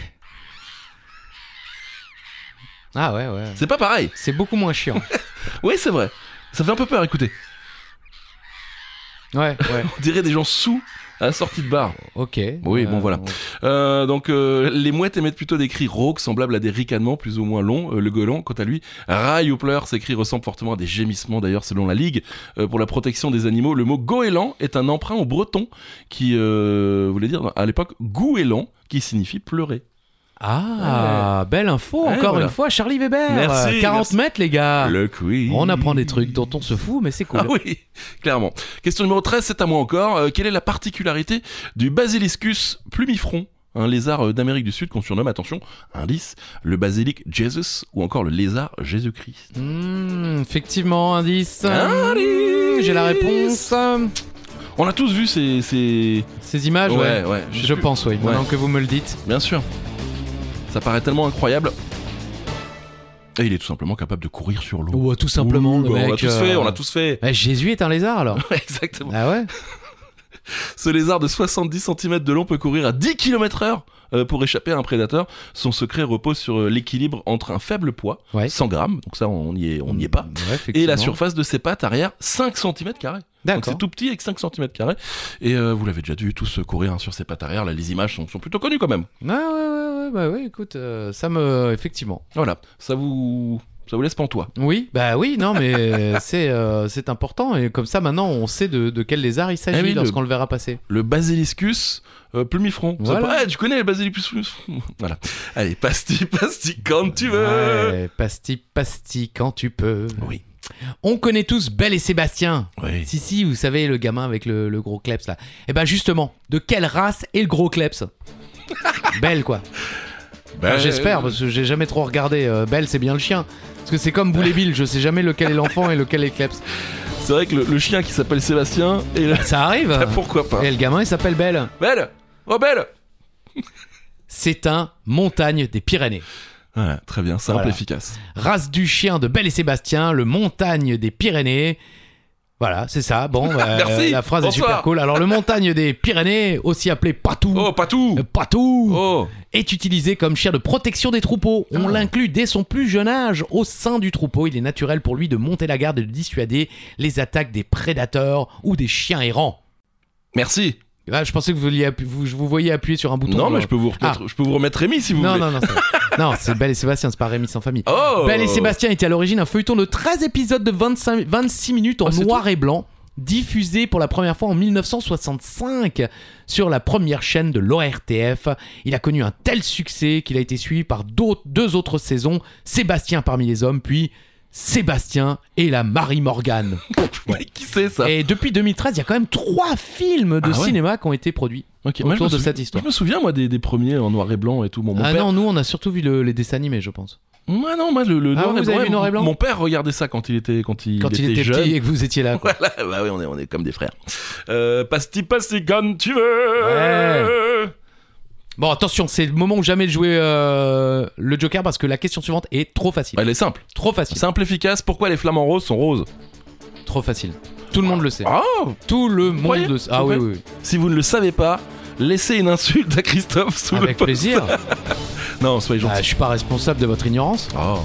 S3: Ah ouais, ouais.
S1: C'est pas pareil.
S3: C'est beaucoup moins chiant.
S1: Oui, c'est vrai. Ça fait un peu peur, écoutez.
S3: Ouais, ouais.
S1: On dirait des gens sous à la sortie de bar.
S3: Ok.
S1: Oui, bon, voilà. Euh, donc, euh, les mouettes émettent plutôt des cris rauques, semblables à des ricanements plus ou moins longs. Euh, le goéland, quant à lui, raille ou pleure. Ces cris ressemblent fortement à des gémissements, d'ailleurs, selon la Ligue. Euh, pour la protection des animaux, le mot goéland est un emprunt au breton qui euh, voulait dire, à l'époque, gouélan, qui signifie pleurer.
S3: Ah, belle info,
S1: Ouais,
S3: encore
S1: voilà.
S3: une fois, Charlie Weber.
S1: Merci,
S3: 40
S1: merci.
S3: mètres, les gars.
S1: Le quiz.
S3: Ah. On apprend des trucs dont on se fout, mais c'est cool.
S1: Ah oui, clairement. Question numéro 13, c'est à moi encore. Euh, quelle est la particularité du basiliscus plumifron un lézard euh, d'Amérique du Sud qu'on surnomme, attention, indice, le basilic Jesus ou encore le lézard Jésus-Christ.
S3: Hmm, effectivement, indice.
S1: Indice.
S3: Hmm, J'ai la réponse.
S1: On a tous vu ces... ces...
S3: Ces images, ouais.
S1: ouais, sais
S3: Ah, Je
S1: plus.
S3: pense, oui. Maintenant que vous me le dites.
S1: Bien sûr. Ça paraît tellement incroyable. Et il est tout simplement capable de courir sur l'eau.
S3: Ou tout simplement,
S1: Ouh,
S3: le
S1: bah,
S3: mec,
S1: on l'a tous
S3: euh,
S1: fait, on l'a tous fait.
S3: bah, Jésus est un lézard alors.
S1: Exactement.
S3: ah ouais
S1: Ce lézard de 70 cm de long peut courir à 10 km heure euh, pour échapper à un prédateur. Son secret repose sur euh, l'équilibre entre un faible poids,
S3: Ouais.
S1: 100 grammes, donc ça on n'y est, on y est pas,
S3: Ouais, effectivement.
S1: et la surface de ses pattes arrière, 5 cm carrés. Donc
S3: D'accord.
S1: c'est tout petit avec 5 cm carrés. Et euh, vous l'avez déjà dû tous euh, courir hein, sur ses pattes arrière, là les images sont, sont plutôt connues quand même.
S3: Ah ouais, ouais, ouais, bah ouais, écoute, euh, ça me. Effectivement.
S1: Voilà, ça vous... Ça vous laisse pantois.
S3: Oui, bah oui, non, mais euh, c'est euh, c'est important. Et comme ça, maintenant, on sait de, de quel lézard il s'agit
S1: Eh oui, le-
S3: lorsqu'on le... verra passer.
S1: Le basiliscus euh, plumifron. Ça
S3: Voilà.
S1: peut- Ah, tu connais le basiliscus. Voilà. Allez, pastille, pastille, quand tu veux.
S3: Ouais, pasti, pasti, quand tu peux.
S1: Oui.
S3: On connaît tous Belle et Sébastien.
S1: Oui.
S3: Si, si, vous savez, le gamin avec le, le gros kleps, là. Eh ben justement, de quelle race est le gros kleps Belle, quoi.
S1: Ben,
S3: Enfin, Ah,
S1: Euh,
S3: J'espère, parce que j'ai jamais trop regardé. Euh, Belle, c'est bien le chien. Parce que c'est comme Boule et Bill, je sais jamais lequel est l'enfant et lequel est le kleps.
S1: C'est vrai que le, le chien qui s'appelle Sébastien et là,
S3: Ça arrive. hein.
S1: pourquoi pas.
S3: Et le gamin, il s'appelle Belle.
S1: Belle Oh Belle
S3: C'est un montagne des Pyrénées.
S1: Voilà, très bien, simple,
S3: Voilà.
S1: efficace.
S3: Race du chien de Belle et Sébastien, le montagne des Pyrénées. Voilà, c'est ça. Bon, bah,
S1: Merci.
S3: euh, la phrase est
S1: Bonsoir.
S3: super cool. Alors, le montagne des Pyrénées, aussi appelé Patou,
S1: Oh, pas tout
S3: euh, Patou,
S1: Oh
S3: est utilisé comme chien de protection des troupeaux. On
S1: Ah.
S3: l'inclut dès son plus jeune âge au sein du troupeau. Il est naturel pour lui de monter la garde et de dissuader les attaques des prédateurs ou des chiens errants.
S1: Merci
S3: Là, je pensais que vous, vouliez appu- vous- je vous voyais appuyer sur un bouton.
S1: Non, mais
S3: là.
S1: je peux vous remettre, je peux vous remettre Rémi si vous
S3: Non,
S1: voulez.
S3: non, non, c'est- non, c'est Belle et Sébastien, c'est pas Rémi sans famille.
S1: Oh
S3: Belle et Sébastien était à l'origine un feuilleton de 13 épisodes de 25 26 minutes en
S1: Ah, c'est
S3: noir et blanc, diffusé pour la première fois en 1965 sur la première chaîne de l'ORTF. Il a connu un tel succès qu'il a été suivi par d'autres- deux autres saisons, Sébastien parmi les hommes, puis Sébastien et la Marie Morgane.
S1: Mais qui c'est ça
S3: Et depuis 2013, il y a quand même trois films de
S1: Ah ouais.
S3: cinéma qui ont été produits.
S1: Ok,
S3: autour
S1: je me
S3: de cette
S1: souvi-
S3: histoire.
S1: Je me souviens, moi, des, des premiers en noir et blanc et tout. Bon, mon
S3: ah
S1: père.
S3: non, nous on a surtout vu le- les dessins animés, je pense.
S1: Moi, non, moi, le, le
S3: Ah,
S1: noir, et
S3: vous
S1: blanc,
S3: avez vu
S1: mon-
S3: noir et blanc
S1: Mon père regardait ça quand il était, quand il,
S3: Quand il était,
S1: jeune.
S3: petit et que vous étiez là. quoi.
S1: Voilà, bah oui, on est, on est comme des frères. Euh, pasti, pasti, comme tu veux.
S3: Bon, attention, c'est le moment où jamais de jouer euh, le Joker parce que la question suivante est trop facile.
S1: Elle est simple.
S3: Trop facile.
S1: Simple, efficace. Pourquoi les flamants roses sont roses
S3: Trop facile. Tout le monde le sait.
S1: Oh
S3: Tout le
S1: croyez
S3: monde le sait. Ah
S1: Vous
S3: oui,
S1: croyez
S3: oui, oui.
S1: Si vous ne le savez pas, laissez une insulte à Christophe sous le
S3: Avec
S1: post.
S3: plaisir.
S1: Non, soyez
S3: Ah, je
S1: gentils.
S3: suis pas responsable de votre ignorance.
S1: Oh.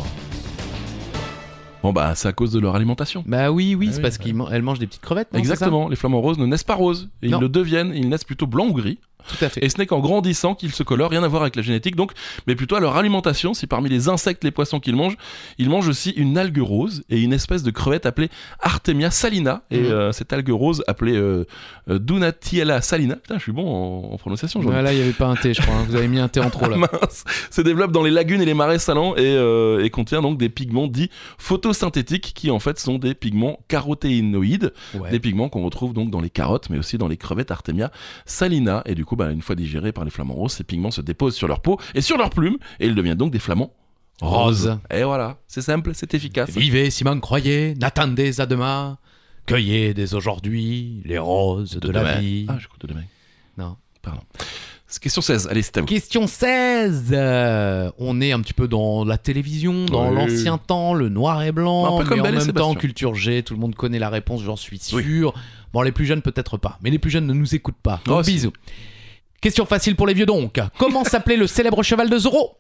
S1: Bon, bah, c'est à cause de leur alimentation.
S3: Bah oui, oui,
S1: Ah
S3: c'est
S1: oui,
S3: parce
S1: bah.
S3: qu'elle mange des petites crevettes. non,
S1: Exactement, les flamants roses ne naissent pas roses, et
S3: Non.
S1: ils le deviennent, ils naissent plutôt blancs ou gris,
S3: c'est ça Tout à fait.
S1: et ce n'est qu'en grandissant qu'ils se colorent, rien à voir avec la génétique donc, mais plutôt à leur alimentation, si parmi les insectes, les poissons qu'ils mangent, ils mangent aussi une algue rose et une espèce de crevette appelée Artemia salina, et
S3: Mhm.
S1: euh, cette algue rose appelée euh, euh, Dunatiella salina, putain je suis bon en, en prononciation aujourd'hui.
S3: Voilà, il y avait pas un thé, je crois. hein. Vous avez mis un thé en trop là.
S1: Ah, Mince. se développe dans les lagunes et les marais salants et, euh, et contient donc des pigments dits photosynthétiques qui en fait sont des pigments carotéinoïdes,
S3: Ouais.
S1: des pigments qu'on retrouve donc dans les carottes mais aussi dans les crevettes Artemia salina et du coup bah, une fois digérés par les flamants roses ces pigments se déposent sur leur peau et sur leurs plumes et ils deviennent donc des flamants roses. Ah,
S3: Rose.
S1: Et voilà, c'est simple, c'est efficace.
S3: Vivez, Simon, croyez, n'attendez à demain. Cueillez dès aujourd'hui les roses de, la
S1: demain.
S3: vie.
S1: Ah, j'écoute de demain.
S3: Non.
S1: Pardon. C'est Question 16, allez, c'est à vous.
S3: Question 16. euh, on est un petit peu dans la télévision, dans
S1: Oui.
S3: l'ancien temps, le noir et blanc,
S1: Un peu comme
S3: mais en
S1: Belle et
S3: même
S1: Sébastien.
S3: temps culture G, tout le monde connaît la réponse, j'en suis sûr. Bon, les plus jeunes peut-être pas, mais les plus jeunes ne nous écoutent pas. Donc,
S1: Oh, si.
S3: bisous. Question facile pour les vieux donc. Comment s'appelait le célèbre cheval de Zorro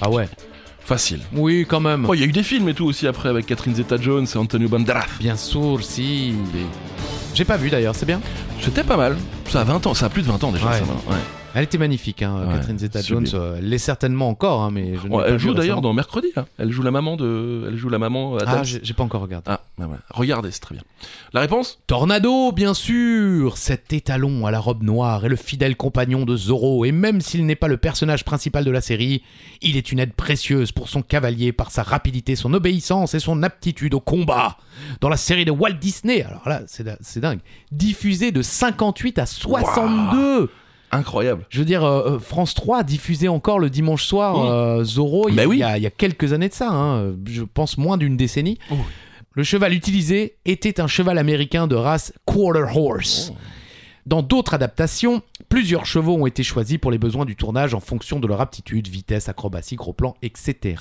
S3: Ah ouais.
S1: Facile.
S3: Oui, quand même.
S1: Oh, il y a eu des films et tout aussi après avec Catherine Zeta-Jones et Antonio Banderas.
S3: Bien sûr, si. J'ai pas vu d'ailleurs, c'est bien.
S1: C'était pas mal. Ça a 20 ans, ça a plus de 20 ans déjà.
S3: Ouais.
S1: ça, maintenant. Ouais.
S3: Elle était magnifique, hein,
S1: Ouais,
S3: Catherine
S1: sublime.
S3: Zeta-Jones. euh, Elle l'est certainement encore, hein, mais je ne
S1: Ouais,
S3: l'ai pas
S1: elle
S3: vue
S1: joue d'ailleurs
S3: récemment.
S1: dans mercredi là. Elle joue la maman de. Elle joue la maman. Adams.
S3: Ah, j'ai j'ai pas encore regardé.
S1: Ah, bah voilà. Regardez, c'est très bien. La réponse
S3: Tornado, bien sûr Cet étalon à la robe noire est le fidèle compagnon de Zorro, et même s'il n'est pas le personnage principal de la série, il est une aide précieuse pour son cavalier par sa rapidité, son obéissance et son aptitude au combat. Dans la série de Walt Disney, alors là, c'est da- c'est dingue, diffusée de 58 à 62
S1: incroyable.
S3: Je veux dire, euh, euh, France 3 diffusait encore le dimanche soir
S1: Oui.
S3: euh, Zorro il y,
S1: Bah
S3: a-
S1: oui.
S3: il y a, il y a quelques années de ça, hein, euh, je pense moins d'une décennie.
S1: Oh.
S3: Le cheval utilisé était un cheval américain de race quarter horse.
S1: Oh.
S3: Dans d'autres adaptations, plusieurs chevaux ont été choisis pour les besoins du tournage en fonction de leur aptitude, vitesse, acrobatie, gros plan, etc.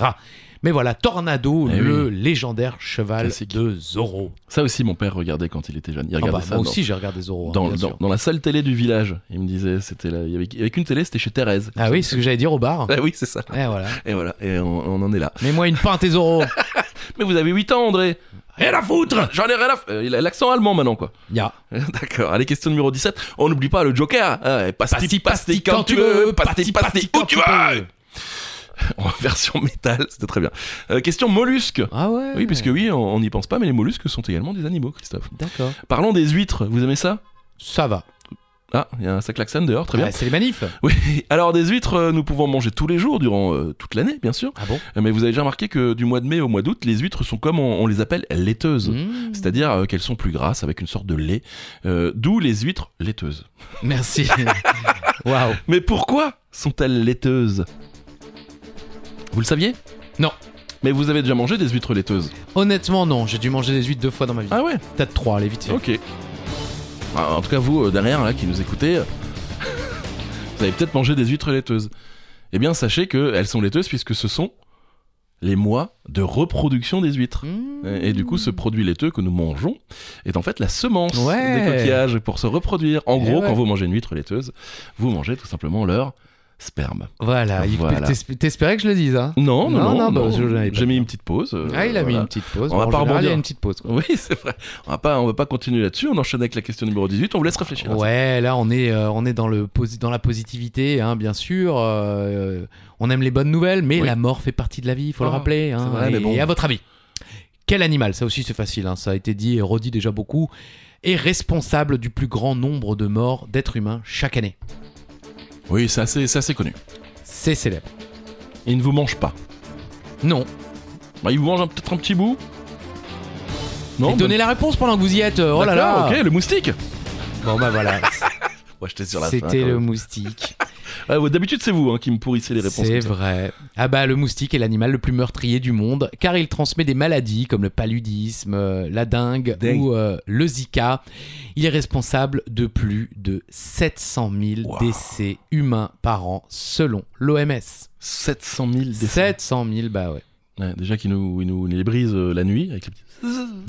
S3: Mais voilà, Tornado,
S1: Eh
S3: le légendaire cheval
S1: Classique.
S3: de Zorro.
S1: Ça aussi, mon père regardait quand il était jeune. Il
S3: Ah bah,
S1: regardait
S3: moi
S1: ça dans-
S3: aussi, j'ai regardé Zorro. hein,
S1: dans,
S3: bien
S1: dans-
S3: sûr.
S1: dans la salle télé du village. Il me disait, c'était là. Il y avait, il y avait qu'une télé, c'était chez Thérèse.
S3: Ah oui, c'est ce que j'allais dire au bar.
S1: Ah oui, c'est ça.
S3: Eh, voilà.
S1: Et voilà, et on, on en est là.
S3: Mets-moi une pinte et Zorro.
S1: Mais vous avez 8 ans, André Rien à foutre J'en ai rien à foutre Il a l'accent allemand maintenant, quoi.
S3: Ya.
S1: D'accord, allez, question numéro 17. On Euh, n'oublie pas le Joker. hein. Eh, Pasti, pasti, quand tu veux, pasti, pasti, où tu veux. en version métal, c'était très bien. Euh, question mollusque.
S3: Ah ouais
S1: Oui, puisque oui, on on n'y pense pas, mais les mollusques sont également des animaux, Christophe.
S3: D'accord.
S1: Parlons des huîtres, vous aimez ça
S3: Ça va.
S1: Ah, il y a un sac klaxon dehors, très bien.
S3: Ah, c'est les manifs.
S1: Oui, alors des huîtres, euh, nous pouvons manger tous les jours durant euh, toute l'année, bien sûr.
S3: Ah bon
S1: Euh, Mais vous avez déjà remarqué que du mois de mai au mois d'août, les huîtres sont comme on, on les appelle laiteuses.
S3: Mmh.
S1: C'est-à-dire euh, qu'elles sont plus grasses avec une sorte de lait, euh, d'où les huîtres laiteuses.
S3: Merci. Waouh.
S1: Mais pourquoi sont-elles laiteuses Vous le saviez
S3: Non.
S1: Mais vous avez déjà mangé des huîtres laiteuses
S3: Honnêtement, non. J'ai dû manger des huîtres deux fois dans ma vie.
S1: Ah ouais
S3: Peut-être trois, allez, vite fait.
S1: Ok. Ah, en tout cas, vous, euh, derrière, là, qui nous écoutez, euh, vous avez peut-être mangé des huîtres laiteuses. Eh bien, sachez qu'elles sont laiteuses puisque ce sont les mois de reproduction des huîtres.
S3: Mmh.
S1: Et, et du coup, ce produit laiteux que nous mangeons est en fait la semence
S3: Ouais.
S1: des coquillages pour se reproduire. En
S3: Eh
S1: gros,
S3: ouais.
S1: quand vous mangez une huître laiteuse, vous mangez tout simplement leur sperme.
S3: Voilà, il-
S1: Voilà.
S3: t'es- t'espérais que je le dise, hein
S1: Non, non,
S3: Non,
S1: non,
S3: non, bah, je l'avais pas
S1: j'ai mis
S3: fait.
S1: une petite pause. euh,
S3: Ah, il a mis
S1: voilà.
S3: une petite pause.
S1: On va
S3: Bon, en
S1: pas
S3: général,
S1: rebondir.
S3: Il y a une petite pause. quoi.
S1: Oui, c'est vrai. On va pas, on va pas continuer là-dessus. On enchaîne avec la question numéro 18. On vous laisse réfléchir. à ça.
S3: Ouais, là on est, euh, on est dans, le posi- dans la positivité, hein, bien sûr. euh, on aime les bonnes nouvelles, mais
S1: Oui.
S3: la mort fait partie de la vie, il faut le
S1: Ah,
S3: rappeler. hein.
S1: vrai, mais
S3: et,
S1: bon.
S3: et à votre avis, quel animal, ça aussi c'est facile, hein, ça a été dit et redit déjà beaucoup, est responsable du plus grand nombre de morts d'êtres humains chaque année
S1: Oui, c'est assez, c'est assez connu.
S3: C'est célèbre.
S1: Il ne vous mange pas.
S3: Non.
S1: Bah, il vous mange un- peut-être un petit bout. Non.
S3: Et donnez la réponse pendant que vous y êtes. euh,
S1: bah,
S3: Oh là là
S1: d'accord, Ok, le moustique.
S3: Bon bah voilà,
S1: Ouais, j'étais sur la fin,
S3: c'était
S1: quand
S3: le
S1: même.
S3: moustique.
S1: Ouais, ouais, D'habitude, c'est vous hein, qui me pourrissez les réponses.
S3: C'est
S1: comme ça.
S3: vrai. Ah bah le moustique est l'animal le plus meurtrier du monde car il transmet des maladies comme le paludisme, euh, la dingue
S1: Dingue.
S3: ou euh, le Zika. Il est responsable de plus de 700 000
S1: Wow.
S3: décès humains par an selon l'OMS.
S1: 700 000 décès.
S3: 700 000 bah ouais.
S1: Ouais, déjà qu'il nous, il nous il les brise euh, la nuit avec les petits.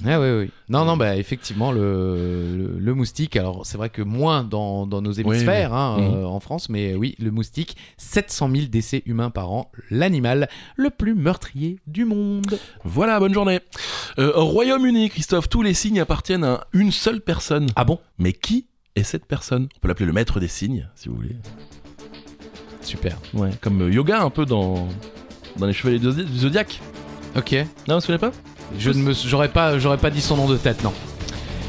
S3: Ah oui oui. Non non bah effectivement le, le, le moustique alors c'est vrai que moins dans, dans nos hémisphères hein,
S1: Mhm.
S3: euh, en France mais oui le moustique 700 000 décès humains par an l'animal le plus meurtrier du monde.
S1: Voilà, bonne journée. Euh, au Royaume-Uni, Christophe, tous les signes appartiennent à une seule personne.
S3: Ah bon
S1: Mais qui est cette personne On peut l'appeler le maître des signes, si vous voulez.
S3: Super.
S1: Ouais, comme euh, yoga un peu dans, dans les chevaliers du Zodi- du zodiaque.
S3: Ok.
S1: Non, vous vous souvenez pas
S3: Je ne me, j'aurais pas, j'aurais pas dit son nom de tête, non.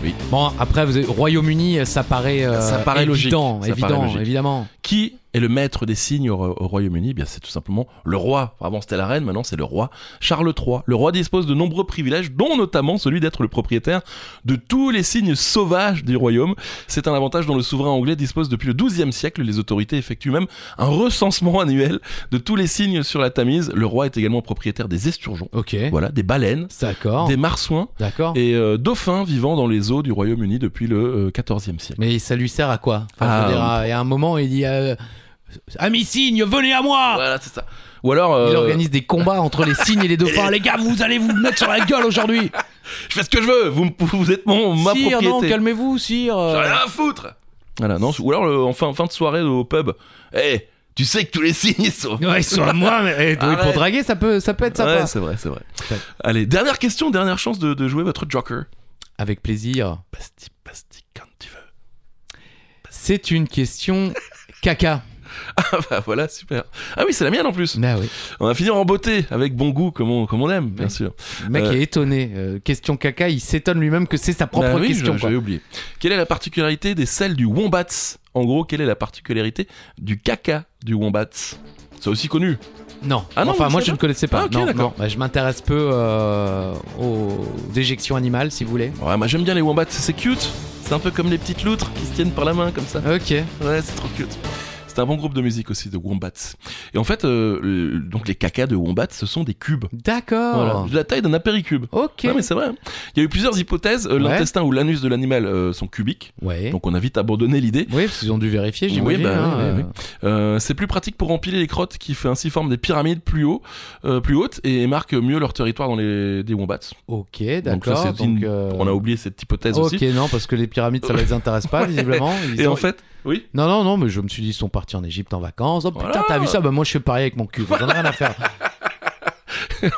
S1: Oui.
S3: Bon, après, vous avez- Royaume-Uni, ça paraît, euh,
S1: Ça paraît logique.
S3: évident,
S1: Ça
S3: évident,
S1: paraît logique.
S3: évidemment.
S1: Qui est le maître des signes au, au Royaume-Uni Eh Bien, c'est tout simplement le roi. Enfin, Avant, c'était la reine, maintenant c'est le roi. Charles III. Le roi dispose de nombreux privilèges, dont notamment celui d'être le propriétaire de tous les signes sauvages du royaume. C'est un avantage dont le souverain anglais dispose depuis le XIIe siècle. Les autorités effectuent même un recensement annuel de tous les signes sur la Tamise. Le roi est également propriétaire des esturgeons,
S3: Ok.
S1: voilà, des baleines,
S3: D'accord.
S1: des marsouins
S3: D'accord.
S1: et euh, dauphins vivant dans les eaux du Royaume-Uni depuis le XIVe siècle.
S3: Mais ça lui sert à quoi
S1: Ah,
S3: je veux dire, à, et à un moment, il dit, euh, ami signe, venez à moi.
S1: Voilà, c'est ça. Ou alors,
S3: Ah. Il
S1: euh,
S3: organise des combats entre les signes et les dauphins. les gars, vous allez vous mettre sur la gueule aujourd'hui.
S1: je fais ce que je veux. Vous, me- vous êtes mon ma
S3: Sire, oh non,
S1: propriété.
S3: calmez-vous, sire.
S1: J'en ai rien à foutre Voilà, non, ou alors le- en fin, fin de soirée au pub. Eh, tu sais que tous les signes sont.
S3: Ouais, sur la moi, mais eh, oui, pour
S1: Arrête.
S3: draguer, ça peut, ça peut être sympa.
S1: Ouais, c'est vrai, c'est vrai.
S3: Ouais.
S1: Allez, dernière question, dernière chance de, de jouer votre Joker.
S3: Avec plaisir.
S1: Pasti, pasti, quand tu veux.
S3: C'est une question caca.
S1: Ah bah voilà, super. Ah oui, c'est la mienne en plus.
S3: Bah oui.
S1: On va finir en beauté, avec bon goût, comme on, comme on aime, bien
S3: Oui.
S1: sûr.
S3: Le mec
S1: Euh,
S3: est étonné. Euh, question caca, il s'étonne lui-même que c'est sa propre
S1: Bah oui,
S3: question.
S1: je-
S3: quoi.
S1: j'avais oublié. Quelle est la particularité des selles du Wombats En gros, quelle est la particularité du caca du Wombats C'est aussi connu.
S3: Non.
S1: Ah non,
S3: enfin,
S1: vous
S3: moi
S1: savez
S3: je ne connaissais pas.
S1: Ah, ok,
S3: non,
S1: d'accord.
S3: non. Bah, je m'intéresse peu euh, aux déjections animales, si vous voulez.
S1: Ouais, moi j'aime bien les Wombats, c'est cute. C'est un peu comme les petites loutres qui se tiennent par la main comme ça.
S3: Ok.
S1: Ouais, c'est trop cute. C'est un bon groupe de musique aussi, de Wombats. Et en fait, euh, le- donc les cacas de Wombats, ce sont des cubes. Voilà,
S3: D'accord.
S1: de la taille d'un apéricube.
S3: Oh. Ok.
S1: Ouais, mais c'est vrai. hein. Il y a eu plusieurs hypothèses. Euh,
S3: Ouais.
S1: L'intestin ou l'anus de l'animal euh, sont cubiques,
S3: Ouais.
S1: donc on a vite abandonné l'idée.
S3: Oui, parce qu'ils ont dû vérifier,
S1: Oui,
S3: j'imagine.
S1: bah,
S3: hein,
S1: oui, oui,
S3: euh.
S1: Euh, c'est plus pratique pour empiler les crottes qui fait ainsi forme des pyramides plus haut, euh, plus hautes et marquent mieux leur territoire dans les des wombats.
S3: Ok,
S1: Donc ça,
S3: d'accord.
S1: c'est une-
S3: euh,
S1: On a oublié cette hypothèse
S3: Ok,
S1: aussi.
S3: non, parce que les pyramides, ça les intéresse pas, visiblement. Ils
S1: Et
S3: sont-
S1: en fait, oui.
S3: Non, non, non, mais je me suis dit, ils sont partis en Égypte en vacances. Oh putain,
S1: Voilà.
S3: t'as vu ça Bah, moi, je suis pareil avec mon cul. Vous en avez rien à faire.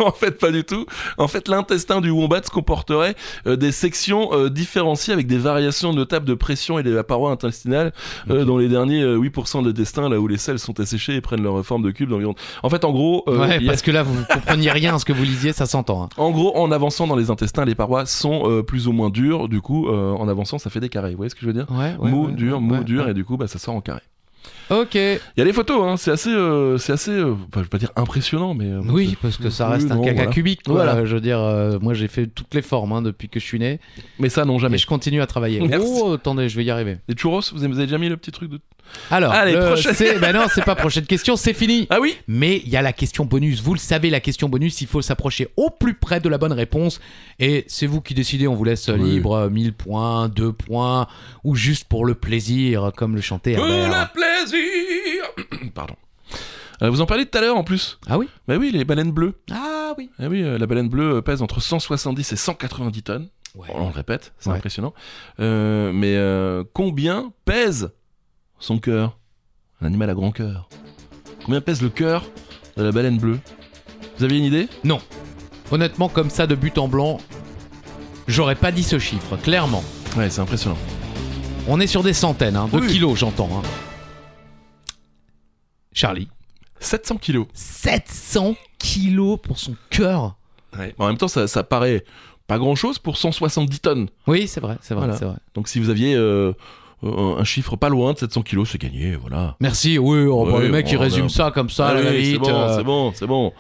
S1: en fait, pas du tout. En fait, l'intestin du wombat se comporterait euh, des sections euh, différenciées avec des variations notables de pression et de la paroi intestinale euh, dans les derniers euh, 8% de l'intestin, là où les selles sont asséchées et prennent leur forme de cube d'environ. En fait, en gros, euh,
S3: Ouais,
S1: il y a-
S3: parce que là, vous compreniez rien à ce que vous lisiez, ça s'entend. hein.
S1: en gros, en avançant dans les intestins, les parois sont euh, plus ou moins dures. Du coup, euh, en avançant, ça fait des carrés. Vous voyez ce que je veux dire
S3: Ouais, ouais,
S1: Mou,
S3: ouais,
S1: dur,
S3: ouais,
S1: mou,
S3: ouais.
S1: dur, et du coup, bah, ça sort en carré.
S3: Ok.
S1: Il y a les photos, hein, c'est assez, euh, c'est assez, euh, enfin, je vais pas dire impressionnant, mais euh,
S3: Oui, parce que ça
S1: Oui,
S3: reste un
S1: non,
S3: caca
S1: voilà.
S3: cubique. quoi.
S1: Voilà.
S3: Je veux dire, euh, moi j'ai fait toutes les formes hein, depuis que je suis né.
S1: mais ça non
S3: Mais
S1: jamais.
S3: je continue à travailler.
S1: Merci.
S3: Oh, attendez, je vais y arriver.
S1: Les churros, vous avez vous avez déjà mis le petit truc de.
S3: Alors,
S1: Allez,
S3: le-
S1: prochaine.
S3: c'est- bah non, c'est pas prochaine question, c'est fini.
S1: Ah oui,
S3: Mais il y a la question bonus. Vous le savez, la question bonus, il faut s'approcher au plus près de la bonne réponse. Et c'est vous qui décidez, on vous laisse
S1: Oui.
S3: libre euh, 1000 points, 2 points, ou juste pour le plaisir, comme le chantait
S1: Pour
S3: Herbert.
S1: le plaisir Pardon. Euh, vous en parlez tout à l'heure en plus.
S3: Ah oui
S1: Bah oui, les baleines bleues.
S3: Ah oui.
S1: Ah oui, euh, la baleine bleue euh, pèse entre 170 et 190 tonnes.
S3: Ouais.
S1: On le répète, c'est
S3: Ouais.
S1: impressionnant. Euh, mais euh, combien pèse son cœur Un animal à grand cœur. Combien pèse le cœur de la baleine bleue Vous aviez une idée
S3: Honnêtement, comme ça, de but en blanc, j'aurais pas dit ce chiffre, clairement.
S1: Ouais, c'est impressionnant.
S3: On est sur des centaines, hein, de
S1: Oui.
S3: kilos, j'entends. hein. Charlie,
S1: 700 kilos.
S3: 700 kilos pour son cœur.
S1: Ouais. En même temps, ça, ça paraît pas grand-chose pour 170 tonnes.
S3: Oui, c'est vrai, c'est vrai,
S1: Voilà.
S3: c'est vrai.
S1: Donc si vous aviez euh, euh, un chiffre pas loin de 700 kilos, c'est gagné, voilà.
S3: Merci, oui, oh, bah,
S1: Oui,
S3: le mec il
S1: bon,
S3: résume
S1: non.
S3: ça comme ça, à
S1: Ah
S3: la
S1: oui, c'est
S3: vite,
S1: bon,
S3: euh,
S1: c'est bon, c'est bon.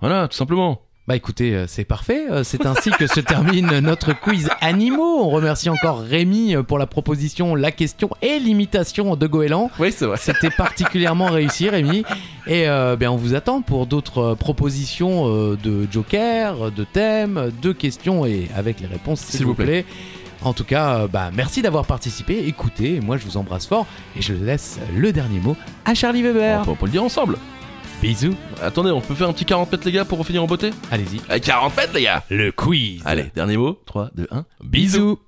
S1: Voilà, tout simplement.
S3: Bah écoutez, euh, c'est parfait. Euh, C'est ainsi que se termine notre quiz animaux. On remercie encore Rémi euh, pour la proposition, la question et l'imitation de Goéland.
S1: Oui, c'est vrai.
S3: C'était particulièrement réussi, Rémi. Et euh, ben, on vous attend pour d'autres euh, propositions euh, de joker, de thèmes, de questions et avec les réponses, s'il vous, plaît. En tout cas, euh, bah, merci d'avoir participé. Écoutez, moi je vous embrasse fort et je laisse le dernier mot à Charlie Weber.
S1: On peut, on peut le dire ensemble.
S3: Bisous.
S1: Attendez, on peut faire un petit 40 mètres, les gars, pour finir en beauté
S3: Allez-y.
S1: Eh, 40 mètres, les gars
S2: Le quiz.
S1: Allez, dernier mot. 3, 2, 1.
S3: Bisous.